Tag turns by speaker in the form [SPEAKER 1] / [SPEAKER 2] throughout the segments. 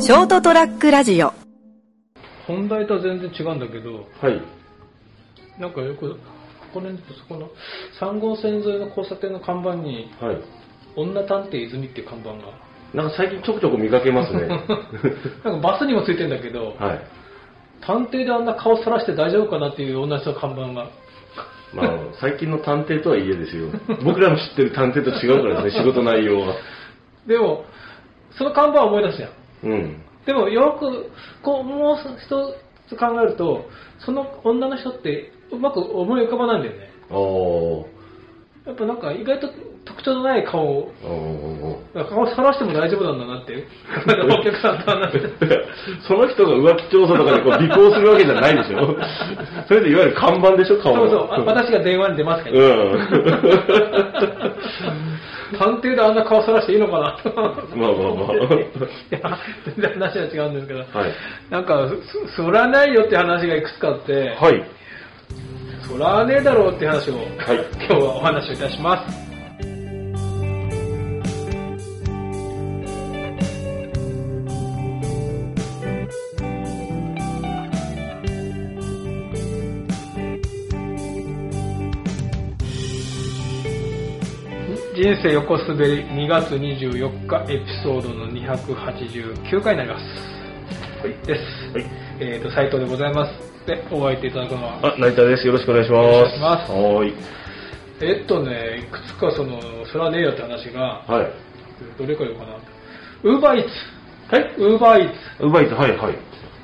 [SPEAKER 1] ショートトラックラジオ
[SPEAKER 2] 本題とは全然違うんだけど、
[SPEAKER 3] はい。
[SPEAKER 2] なんかよく、ここの辺とそこの3号線沿いの交差点の看板に、
[SPEAKER 3] はい。
[SPEAKER 2] 女探偵泉っていう看板が、
[SPEAKER 3] なんか最近ちょくちょく見かけま すね。
[SPEAKER 2] なんかバスにもついてんだけど、
[SPEAKER 3] はい。
[SPEAKER 2] 探偵であんな顔さらして大丈夫かなっていう女の人の看板が、
[SPEAKER 3] まあ、最近の探偵とはいえですよ。僕らの知ってる探偵と違うからですね、仕事内容は。
[SPEAKER 2] でも、その看板は思い出すじゃん。
[SPEAKER 3] うん。
[SPEAKER 2] でもよく、こう、もう一つ考えると、その女の人ってうまく思い浮かばないんだよね。
[SPEAKER 3] おー。
[SPEAKER 2] やっぱなんか意外と特徴のない顔を
[SPEAKER 3] おー。
[SPEAKER 2] 顔さらしても大丈夫なんだなっていう、なんかお客さんと話して。
[SPEAKER 3] その人が浮気調査とかでこう尾行するわけじゃないでしょ。 それでいわゆる看板でしょ、
[SPEAKER 2] そ
[SPEAKER 3] 顔
[SPEAKER 2] う
[SPEAKER 3] の
[SPEAKER 2] そう、あ私が電話に出ますから、探偵であんな顔さらしていいのかなと。
[SPEAKER 3] うん。まあまあま
[SPEAKER 2] いや全然話は違うんですけど、
[SPEAKER 3] あ。はい。
[SPEAKER 2] なんか、そそらないよって話がいくつかあって、
[SPEAKER 3] はい。
[SPEAKER 2] そらねえだろうって話を、
[SPEAKER 3] はい。
[SPEAKER 2] 今日はお話をいたします。人生横滑り2月24日エピソードの289回になります。です。
[SPEAKER 3] はい
[SPEAKER 2] えっ、と、斉藤でございます。で、お相手いただくのは、
[SPEAKER 3] あ、成田です。よろしくお願いします。
[SPEAKER 2] よろしくお願いします
[SPEAKER 3] はーい。
[SPEAKER 2] えっとね、いくつかその、そらねえよって話が、
[SPEAKER 3] はい。
[SPEAKER 2] どれから言おうかな。ウーバーイーツ。はいウーバーイーツ。
[SPEAKER 3] ウーバーイーツ、はい、はい。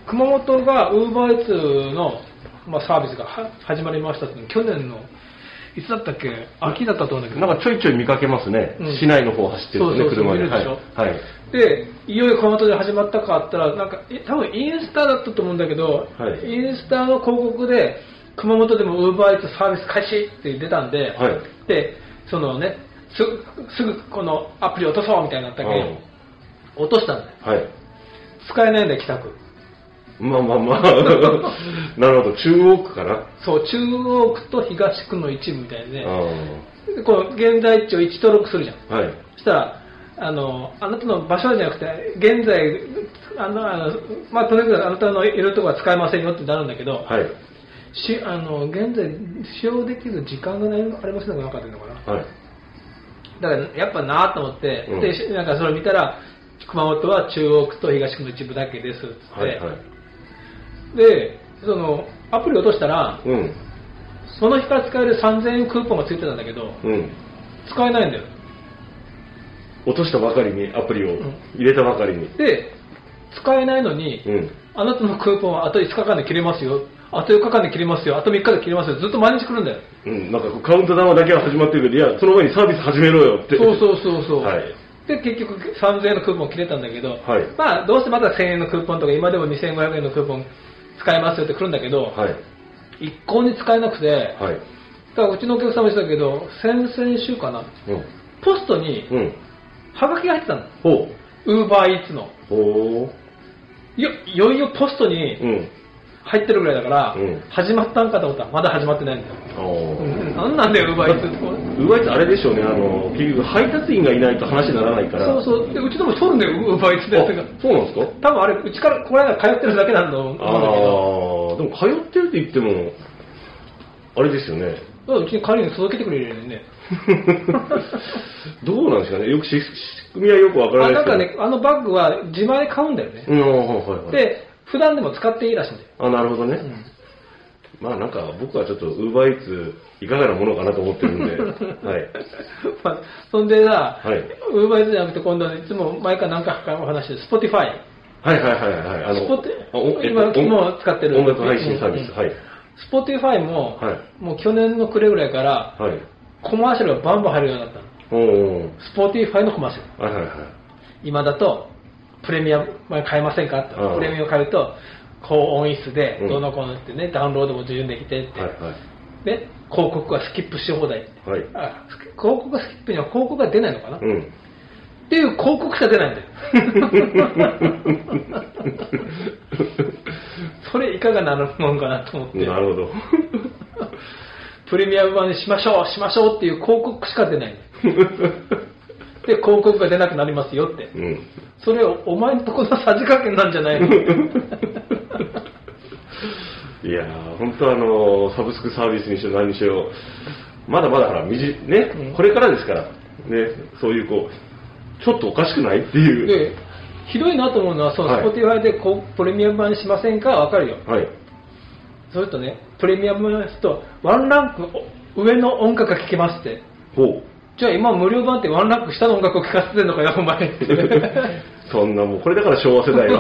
[SPEAKER 2] 熊本がウーバーイーツの、まあ、サービスがは始まりましたっていうの去年の、いつだったっけ秋だったと思うんだけど。
[SPEAKER 3] なんかちょいちょい見かけますね。
[SPEAKER 2] うん
[SPEAKER 3] 市内の方走ってるとね、
[SPEAKER 2] そうそうそう
[SPEAKER 3] 車で。
[SPEAKER 2] 見る
[SPEAKER 3] は
[SPEAKER 2] で
[SPEAKER 3] い
[SPEAKER 2] しょ。
[SPEAKER 3] はい。
[SPEAKER 2] で、いよいよ熊本で始まったかあったら、なんか、え多分インスタだったと思うんだけど、
[SPEAKER 3] はい
[SPEAKER 2] インスタの広告で、熊本でもウーバーイーツサービス開始って出たんで、
[SPEAKER 3] はい
[SPEAKER 2] で、そのね、すぐ、すぐこのアプリ落とそうみたいになったけど、
[SPEAKER 3] うん
[SPEAKER 2] 落としたんだよ。
[SPEAKER 3] はい。
[SPEAKER 2] 使えないんだよ、北区。
[SPEAKER 3] まあまあまあ。 なるほど、中央区かな。
[SPEAKER 2] そう、中央区と東区の一部みたいで、
[SPEAKER 3] ああ
[SPEAKER 2] でこの現在地を1登録するじゃん。
[SPEAKER 3] はい。
[SPEAKER 2] そしたら、あの、あなたの場所じゃなくて、現在、あの、あのまあ、とにかくあなたのいるところは使えませんよってなるんだけど、
[SPEAKER 3] はい。
[SPEAKER 2] しあの現在使用できる時間がないありませんかなんかっていうのかな
[SPEAKER 3] はい。
[SPEAKER 2] だからやっぱなーと思って、
[SPEAKER 3] うん
[SPEAKER 2] でしなんかそれ見たら熊本は中央区と東区の一部だけですっつって、
[SPEAKER 3] はい。はい。
[SPEAKER 2] でそのアプリ落としたら
[SPEAKER 3] うん。
[SPEAKER 2] その日から使える3000円クーポンがついてたんだけど
[SPEAKER 3] うん。
[SPEAKER 2] 使えないんだよ
[SPEAKER 3] 落としたばかりに、アプリを
[SPEAKER 2] うん
[SPEAKER 3] 入れたばかりに。
[SPEAKER 2] で使えないのに、
[SPEAKER 3] うん。
[SPEAKER 2] あなたのクーポンはあと5日間で切れますよあと4日間で切れますよあと3日で切れますよずっと毎日来るんだよ
[SPEAKER 3] うん。なんかこうカウントダウンだけは始まってるけど、いや、その前にサービス始めろよって。
[SPEAKER 2] そうそうそうそう、
[SPEAKER 3] はい。
[SPEAKER 2] で結局3000円のクーポン切れたんだけど、
[SPEAKER 3] はい
[SPEAKER 2] まあどうせまた1000円のクーポンとか今でも2500円のクーポン使えますよって来るんだけど、
[SPEAKER 3] はい。
[SPEAKER 2] 一向に使えなくて、
[SPEAKER 3] はい。
[SPEAKER 2] だからうちのお客様でしたけど先々週かな
[SPEAKER 3] うん。
[SPEAKER 2] ポストに
[SPEAKER 3] うん。
[SPEAKER 2] ハガキが入ってたの
[SPEAKER 3] ほ
[SPEAKER 2] ウーバーイーツの
[SPEAKER 3] う。ほ
[SPEAKER 2] よいよいよポストに
[SPEAKER 3] う。うん。
[SPEAKER 2] 入ってるぐらいだから、
[SPEAKER 3] うん
[SPEAKER 2] 始まったんかと思ったらまだ始まってないんだよ、
[SPEAKER 3] ああ。
[SPEAKER 2] うん、なんなんだよウーバーイーツって
[SPEAKER 3] ウーバーイーツあれでしょうね、あの、結局配達員がいないと話にならないから。
[SPEAKER 2] そうそうでうちでも取るんだよウーバーイーツのやつが
[SPEAKER 3] あそうなんですか
[SPEAKER 2] 多分あれうちからこれ間通ってるだけなんだと思うんだ
[SPEAKER 3] あ
[SPEAKER 2] けど
[SPEAKER 3] あー、でも通ってるって言っても、あれですよね。
[SPEAKER 2] うんうちに管理員が届けてくれるよね。
[SPEAKER 3] どうなんですかねよくし仕組みはよくわ
[SPEAKER 2] あ
[SPEAKER 3] からな
[SPEAKER 2] ないんか
[SPEAKER 3] です
[SPEAKER 2] ね、あのバッグは自前で買うんだよね。
[SPEAKER 3] けど。うん、はいはいはい。
[SPEAKER 2] で、普段でも使っていいらしいんだよ。
[SPEAKER 3] あ、なるほどね。まあなんか僕はちょっとウーバーイーツいかがなものかなと思ってるん で。はい。
[SPEAKER 2] まあ そんでさ、
[SPEAKER 3] はい
[SPEAKER 2] ウーバーイーツじゃなくて今度はいつも前か何回かお話ししてる、Spotify。
[SPEAKER 3] はいはいはいはい。あ
[SPEAKER 2] スポテ
[SPEAKER 3] あおえっ
[SPEAKER 2] 今
[SPEAKER 3] と音
[SPEAKER 2] もう使ってる
[SPEAKER 3] 音楽配信サービ
[SPEAKER 2] うん
[SPEAKER 3] ス。はい。
[SPEAKER 2] Spotify も、
[SPEAKER 3] はい
[SPEAKER 2] もう去年の暮れぐらいから、
[SPEAKER 3] はい。
[SPEAKER 2] コマーシャルがバンバン入るようになったの。
[SPEAKER 3] おー。
[SPEAKER 2] Spotify のコマーシャル。
[SPEAKER 3] はいはいはい。
[SPEAKER 2] 今だと、プレミアム買えませんかと
[SPEAKER 3] うん
[SPEAKER 2] プレミアム買うと、高音質で
[SPEAKER 3] う、ん
[SPEAKER 2] どうのこうのってね、ダウンロードも自由にできてって。
[SPEAKER 3] はいはい。
[SPEAKER 2] で、広告はスキップし放題。
[SPEAKER 3] はい。
[SPEAKER 2] あ広告がスキップには広告が出ないのかな、
[SPEAKER 3] う
[SPEAKER 2] っ
[SPEAKER 3] ん。
[SPEAKER 2] ていう広告しか出ないんだよ。 それいかがなるもんかなと思って、
[SPEAKER 3] なるほど。
[SPEAKER 2] プレミアム版にしましょう、しましょうっていう広告しか出ない。で、広告が出なくなりますよって。
[SPEAKER 3] うん。
[SPEAKER 2] それ、お前のとこのさじ加減なんじゃない の
[SPEAKER 3] いやー、本当あの、サブスクサービスにしろ何にしろ、まだまだほら、みじね、
[SPEAKER 2] うん
[SPEAKER 3] これからですから、ね、そういうこう、ちょっとおかしくないっていう。
[SPEAKER 2] で、ひどいなと思うのは、その
[SPEAKER 3] はい
[SPEAKER 2] Spotify でこうプレミアム版にしませんかわかるよ。
[SPEAKER 3] はい。
[SPEAKER 2] それとね、プレミアム版にすると、ワンランク上の音楽が聴けますって。
[SPEAKER 3] ほう。
[SPEAKER 2] じゃあ今無料版ってワンランク下の音楽を聴かせてんのかよ、お前って。
[SPEAKER 3] そんなもう、これだから昭和世代 は、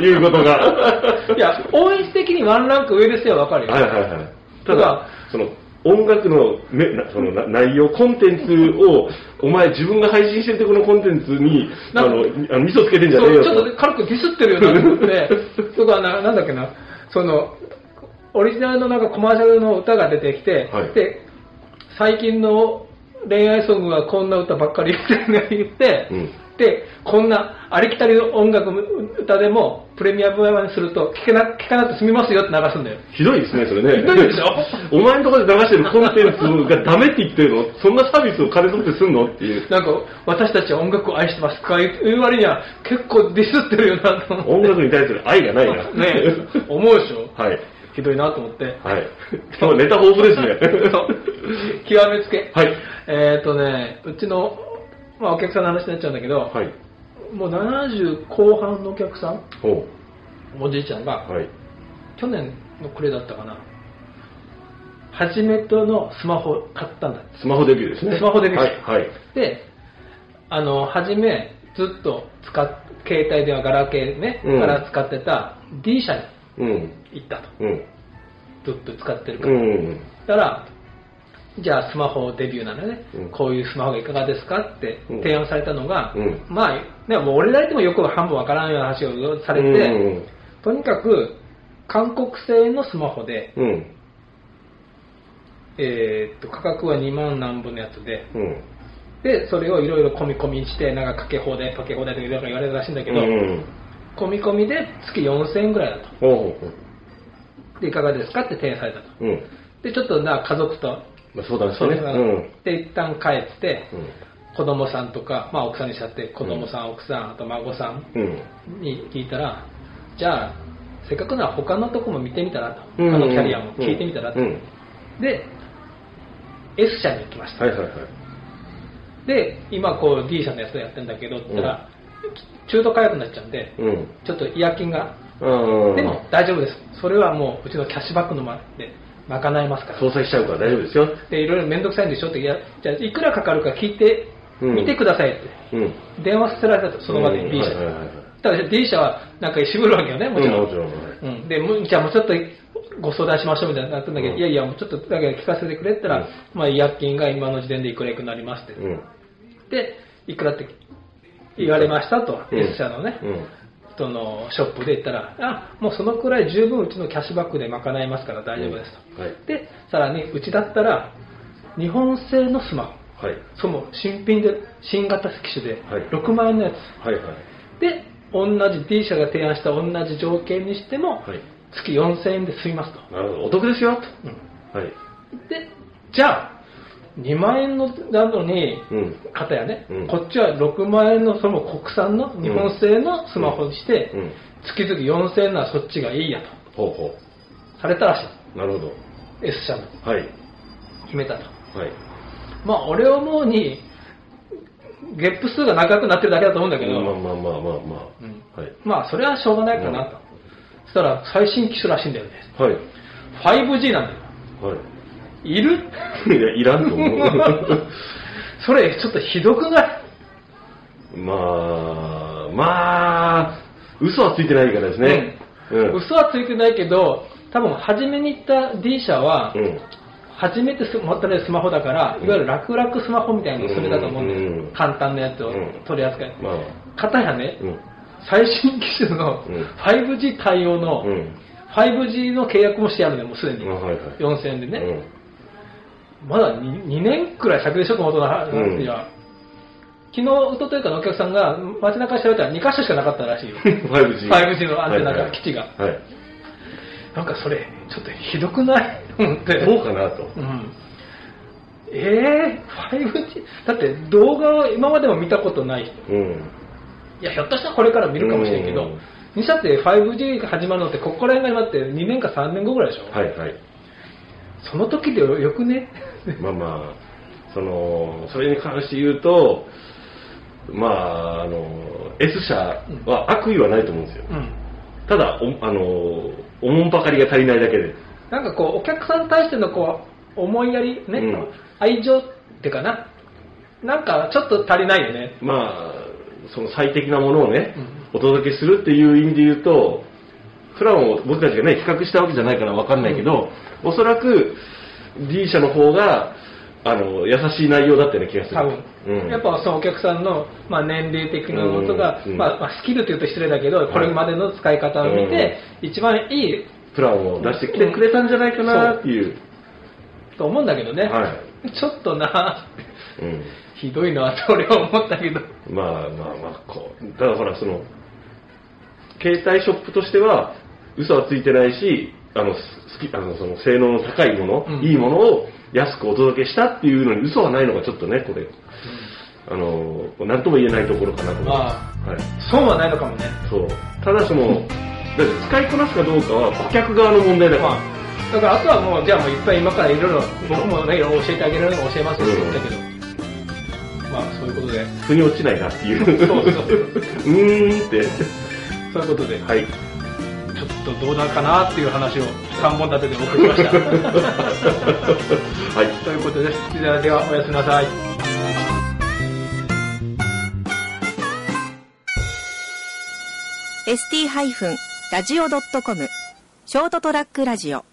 [SPEAKER 3] いうことが。
[SPEAKER 2] いや、音質的にワンランク上ですよ、わかるよ。
[SPEAKER 3] はいはいはい。
[SPEAKER 2] た
[SPEAKER 3] ただ
[SPEAKER 2] だ、
[SPEAKER 3] その、音楽のめなそのな内容、コンテンツを、お前自分が配信してるとこのコンテンツに、あ
[SPEAKER 2] なんか
[SPEAKER 3] の、あの味噌つけてんじゃ
[SPEAKER 2] そ
[SPEAKER 3] ねえ
[SPEAKER 2] う
[SPEAKER 3] よ
[SPEAKER 2] ちょっと軽くディスってるよなと思 って、そこはななんだっけな、その、オリジナルのなんかコマーシャルの歌が出てきて、
[SPEAKER 3] はい
[SPEAKER 2] で、最近の恋愛ソングはこんな歌ばっかり言って言って、
[SPEAKER 3] うん
[SPEAKER 2] で、こんなありきたりの音楽歌でもプレミアム版にすると聞けな、聞かなくて済みますよって流すんだよ。
[SPEAKER 3] ひどいですね、それね。
[SPEAKER 2] ひどいでしょ
[SPEAKER 3] お前のところで流してるコンテンツがダメって言ってるのそんなサービスを金取ってすんのっていう。
[SPEAKER 2] なんか、私たちは音楽を愛してますとかいう割には結構ディスってるよなと思っ
[SPEAKER 3] 音楽に対する愛がないな。
[SPEAKER 2] て、ね、思うでしょ
[SPEAKER 3] はい。
[SPEAKER 2] ひどいなと思って。
[SPEAKER 3] はい。今日ネタ豊富です ね。
[SPEAKER 2] 極めつけ。
[SPEAKER 3] はい
[SPEAKER 2] えっ、とね、うちの、まあ、お客さんの話になっちゃうんだけど、
[SPEAKER 3] はい。
[SPEAKER 2] もう70後半のお客さん、
[SPEAKER 3] ほ
[SPEAKER 2] おじいちゃんが、
[SPEAKER 3] う。はい。
[SPEAKER 2] 去年の暮れだったかな、初めてのスマホを買ったんだ。
[SPEAKER 3] スマホデビューですね。
[SPEAKER 2] スマホデビュー
[SPEAKER 3] はい。はい。
[SPEAKER 2] で、あの、初め、ずっと使っ、携帯ではガラケーね、
[SPEAKER 3] うん
[SPEAKER 2] から使ってた D 社
[SPEAKER 3] うん。
[SPEAKER 2] に行ったと。
[SPEAKER 3] うん。
[SPEAKER 2] ずっと使ってるか
[SPEAKER 3] う
[SPEAKER 2] ら。だ
[SPEAKER 3] ん。
[SPEAKER 2] から、じゃあスマホデビューなのね、
[SPEAKER 3] うん
[SPEAKER 2] こういうスマホがいかがですかって
[SPEAKER 3] うん
[SPEAKER 2] 提案されたのが、
[SPEAKER 3] うん
[SPEAKER 2] まあ、ね、もう俺らにもよく半分わからんような話をされて、
[SPEAKER 3] うん
[SPEAKER 2] とにかく、韓国製のスマホで、
[SPEAKER 3] うん。
[SPEAKER 2] えーっと、価格は2万何本のやつで、
[SPEAKER 3] うん。
[SPEAKER 2] で、それをいろいろ込み込みにして、なんかかけ放題、かけ放題とかいろいろ言われるらしいんだけど、
[SPEAKER 3] うん。
[SPEAKER 2] 込み込みで月4000円ぐらいだ
[SPEAKER 3] ほうほうほ
[SPEAKER 2] と。で、いかがですかって提案されたと。
[SPEAKER 3] う。うん。
[SPEAKER 2] で、ちょっとな、家族と、
[SPEAKER 3] まあ、そうだね、そうね。うん。
[SPEAKER 2] で、一旦帰って、
[SPEAKER 3] うん
[SPEAKER 2] 子供さんとか、まあ、奥さんにしちゃって子供さん、奥さんあと孫さん
[SPEAKER 3] うん。
[SPEAKER 2] に聞いたらじゃあせっかくなら他のとこも見てみたらと
[SPEAKER 3] うん。
[SPEAKER 2] 他のキャリアも聞いてみたらと、
[SPEAKER 3] うんうん。
[SPEAKER 2] で S 社に行きました、
[SPEAKER 3] はいはいはい。
[SPEAKER 2] で今こう D 社のやつをやってんだけどって言ったら、中途解約になっちゃうんで
[SPEAKER 3] うん。
[SPEAKER 2] ちょっと違約金が
[SPEAKER 3] うん
[SPEAKER 2] でも大丈夫ですそれはもううちのキャッシュバックのまで賄えますから
[SPEAKER 3] 搭載しちゃうから大丈夫ですよ。
[SPEAKER 2] でいろいろ面倒くさいんでしょっていやじゃあいくらかかるか聞いて
[SPEAKER 3] うん
[SPEAKER 2] みてくださいって、
[SPEAKER 3] うん。
[SPEAKER 2] 電話させられたとその場で B 社に、
[SPEAKER 3] はいはいはいはい
[SPEAKER 2] ただ D 社はなんか渋るわけよね、もちろん。
[SPEAKER 3] うんもちろんはい
[SPEAKER 2] うんで、もうじゃあもうちょっとご相談しましょうみたいになったんだけど、
[SPEAKER 3] うん
[SPEAKER 2] いやいや、もうちょっとだけ聞かせてくれって言ったら、まあ、違約金が今の時点でいくらいくなりますって。
[SPEAKER 3] うん。
[SPEAKER 2] で、いくらって言われましたと、
[SPEAKER 3] うん
[SPEAKER 2] S 社のね、
[SPEAKER 3] うん。
[SPEAKER 2] そのショップで言ったら、あ、もうそのくらい十分うちのキャッシュバックで賄えますから大丈夫ですと。
[SPEAKER 3] はい。
[SPEAKER 2] で、さらに、うちだったら、日本製のスマホ、
[SPEAKER 3] はい。
[SPEAKER 2] その新品で、新型機種で
[SPEAKER 3] はい、
[SPEAKER 2] 6万円のやつ。
[SPEAKER 3] はいはい。
[SPEAKER 2] で、同じ D 社が提案した同じ条件にしても、
[SPEAKER 3] はい。
[SPEAKER 2] 月4000円で済みますと。
[SPEAKER 3] なるほど。お得ですよ。とはい。
[SPEAKER 2] で、じゃあ、2万円のなのに、
[SPEAKER 3] うん。
[SPEAKER 2] 方やね、
[SPEAKER 3] うん
[SPEAKER 2] こっちは6万円のその国産の日本製のスマホにして、
[SPEAKER 3] うん。
[SPEAKER 2] 月々4000円ならそっちがいいやと、
[SPEAKER 3] ほうほ
[SPEAKER 2] されたらし
[SPEAKER 3] う。なるほ
[SPEAKER 2] い。S 社の
[SPEAKER 3] ど。はい。
[SPEAKER 2] 決めたと。
[SPEAKER 3] はい。
[SPEAKER 2] まあ、俺は思うに、ゲップ数が長くなってるだけだと思うんだけど、
[SPEAKER 3] まあまあまあまあま
[SPEAKER 2] うん
[SPEAKER 3] あ。はい。
[SPEAKER 2] まあ、それはしょうがないかなと。そしたら、最新機種らしいんだよね。
[SPEAKER 3] はい。
[SPEAKER 2] 5G なんだよ。
[SPEAKER 3] はい
[SPEAKER 2] る
[SPEAKER 3] い。いや、いらんと思 う。
[SPEAKER 2] それちょっとひどくない
[SPEAKER 3] まあ、まあ、嘘はついてないからですね。うん。
[SPEAKER 2] 嘘はついてないけど多分初めに行った D 社は、
[SPEAKER 3] うん。
[SPEAKER 2] 初めて持ったスマホだから、
[SPEAKER 3] うん
[SPEAKER 2] いわゆる楽々スマホみたいなのそれだと思うんです、
[SPEAKER 3] うん
[SPEAKER 2] 簡単なやつを
[SPEAKER 3] うん
[SPEAKER 2] 取り扱い、
[SPEAKER 3] まあ、
[SPEAKER 2] 片やね、
[SPEAKER 3] うん。
[SPEAKER 2] 最新機種の
[SPEAKER 3] うん
[SPEAKER 2] 5G 対応の、
[SPEAKER 3] うん。
[SPEAKER 2] 5G の契約もしてあるのよもうすでに、
[SPEAKER 3] あはいはい。
[SPEAKER 2] 4000円でね、
[SPEAKER 3] うん
[SPEAKER 2] まだ 2, 2年くらい先でしょ、このことな
[SPEAKER 3] うん
[SPEAKER 2] いや昨日、一昨日かのお客さんが街中調べたら2カ所しかなかったら しいよ。
[SPEAKER 3] 5G。
[SPEAKER 2] 5G のアンテナが
[SPEAKER 3] はいはい
[SPEAKER 2] 基地が
[SPEAKER 3] はい。
[SPEAKER 2] なんかそれ、ちょっとひどくないと思って。
[SPEAKER 3] どうかなと。
[SPEAKER 2] うん。えぇ、5G? だって動画を今までも見たことない人。
[SPEAKER 3] うん。
[SPEAKER 2] いや、ひょっとしたらこれから見るかもしれんけ
[SPEAKER 3] う
[SPEAKER 2] ど
[SPEAKER 3] ん、
[SPEAKER 2] にしたって 5G が始まるのって、ここら辺が今って2年か3年後ぐらいでしょ、
[SPEAKER 3] はいはい。
[SPEAKER 2] その時でよよく ね
[SPEAKER 3] まあまあ、その、それに関して言うと、まあ、あの、S 社は悪意はないと思うんですよ。
[SPEAKER 2] うん。
[SPEAKER 3] ただ、おあの、おもんぱかりが足りないだけで。
[SPEAKER 2] なんかこう、お客さんに対してのこう、思いやり、ね、
[SPEAKER 3] うん
[SPEAKER 2] 愛情ってかな、なんかちょっと足りないよね。
[SPEAKER 3] まあ、その最適なものをね、
[SPEAKER 2] うん
[SPEAKER 3] お届けするっていう意味で言うと、プランを僕たちがね、企画したわけじゃないからわかんないけど、おそらく D 社の方が、あの、優しい内容だったような気がする。
[SPEAKER 2] 多分、
[SPEAKER 3] うん、
[SPEAKER 2] やっぱそのお客さんの、まあ、年齢的なことが、
[SPEAKER 3] うん
[SPEAKER 2] まあまあ、スキルって言うと失礼だけど、これまでの使い方を見て、一番いい
[SPEAKER 3] プランを出してきてくれたんじゃないかなっていう。
[SPEAKER 2] と思うんだけどね、
[SPEAKER 3] はい。
[SPEAKER 2] ちょっとな、
[SPEAKER 3] うん
[SPEAKER 2] ひどいなって俺は思ったけど、
[SPEAKER 3] まあまあまあ、こう。ただほら、その、携帯ショップとしては、嘘はついてないし、あの、す好き、あの、その、性能の高いもの、
[SPEAKER 2] うん
[SPEAKER 3] いいものを安くお届けしたっていうのに嘘はないのがちょっとね、これ、あの、なんとも言えないところかなと思います。はい。
[SPEAKER 2] 損はないのかもね。
[SPEAKER 3] そう。ただその、だって使いこなすかどうかは顧客側の問題だから。
[SPEAKER 2] まあだからあとはもう、じゃあもういっぱい今からいろいろ、僕もね、いろいろ教えてあげるの教えますよって言ったけど、まあそういうことで、
[SPEAKER 3] 腑に落ちないなって いう。
[SPEAKER 2] そうそう
[SPEAKER 3] うーんって。
[SPEAKER 2] そういうことで、ち
[SPEAKER 3] はい。
[SPEAKER 2] ょっとどうだかなっていう話を3本立てで送りました。
[SPEAKER 3] はい。
[SPEAKER 2] ということです。ではではおやすみなさい。
[SPEAKER 1] ST-radio.com ショートトラックラジオ